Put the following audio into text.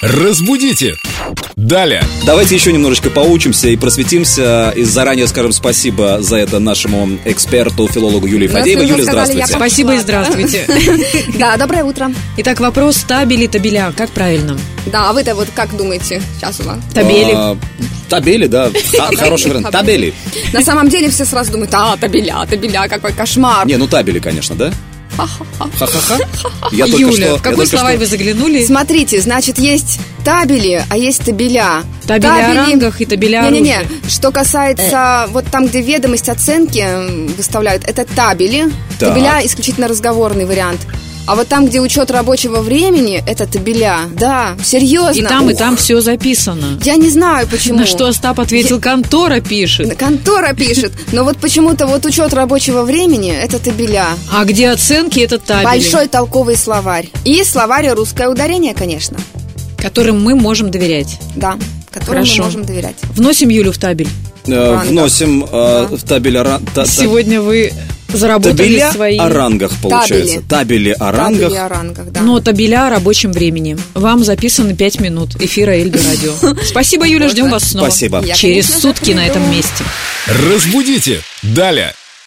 Разбудите! Далее! Давайте еще немножечко поучимся и просветимся. И заранее скажем спасибо за это нашему эксперту, филологу Юлии Раз вы Фадеевой. уже Юлия, сказали, я здравствуйте. пошла. Спасибо и здравствуйте. Да, доброе утро. Итак, вопрос табели, табеля. Как правильно? Да, а вы-то вот как думаете, сейчас у вас? Табели. А, Табели, да. Та- Хороший вариант. Табели. На самом деле все сразу думают, а, табеля, табеля, какой кошмар. Не, ну табели, конечно, да? Ха-ха-ха. Я только что... Юля, я в какой только что- словарь вы заглянули? Смотрите, значит, есть табели, а есть табеля. Табели о рангах и табели о Не-не-не, оружии. Э. что касается вот там, где ведомость оценки м, выставляют, это табели. Так. Табеля исключительно разговорный вариант. А вот там, где учет рабочего времени, это табеля. Да, серьезно. И там, и Ух. там все записано. Я не знаю, почему. На что Остап ответил, контора пишет. Контора пишет, но вот почему-то вот учет рабочего времени – это табеля. А где оценки, это табели. Большой толковый словарь. И словарь «Русское ударение», конечно. Которым мы можем доверять. Да, которому Хорошо. мы можем доверять. Вносим Юлю в табель. Э, рангах. Вносим э, в табель... о ра- та- та- Сегодня вы заработали Табеля свои... о рангах, получается. Табели о рангах. Табели о рангах, да. Но табеля о рабочем времелье. Вам записано 5 минут эфира Эльдо Радио. Спасибо, Юля, ждем вас снова. Спасибо. Я, Через конечно же, сутки на приду. этом месте. Разбудите! Далее!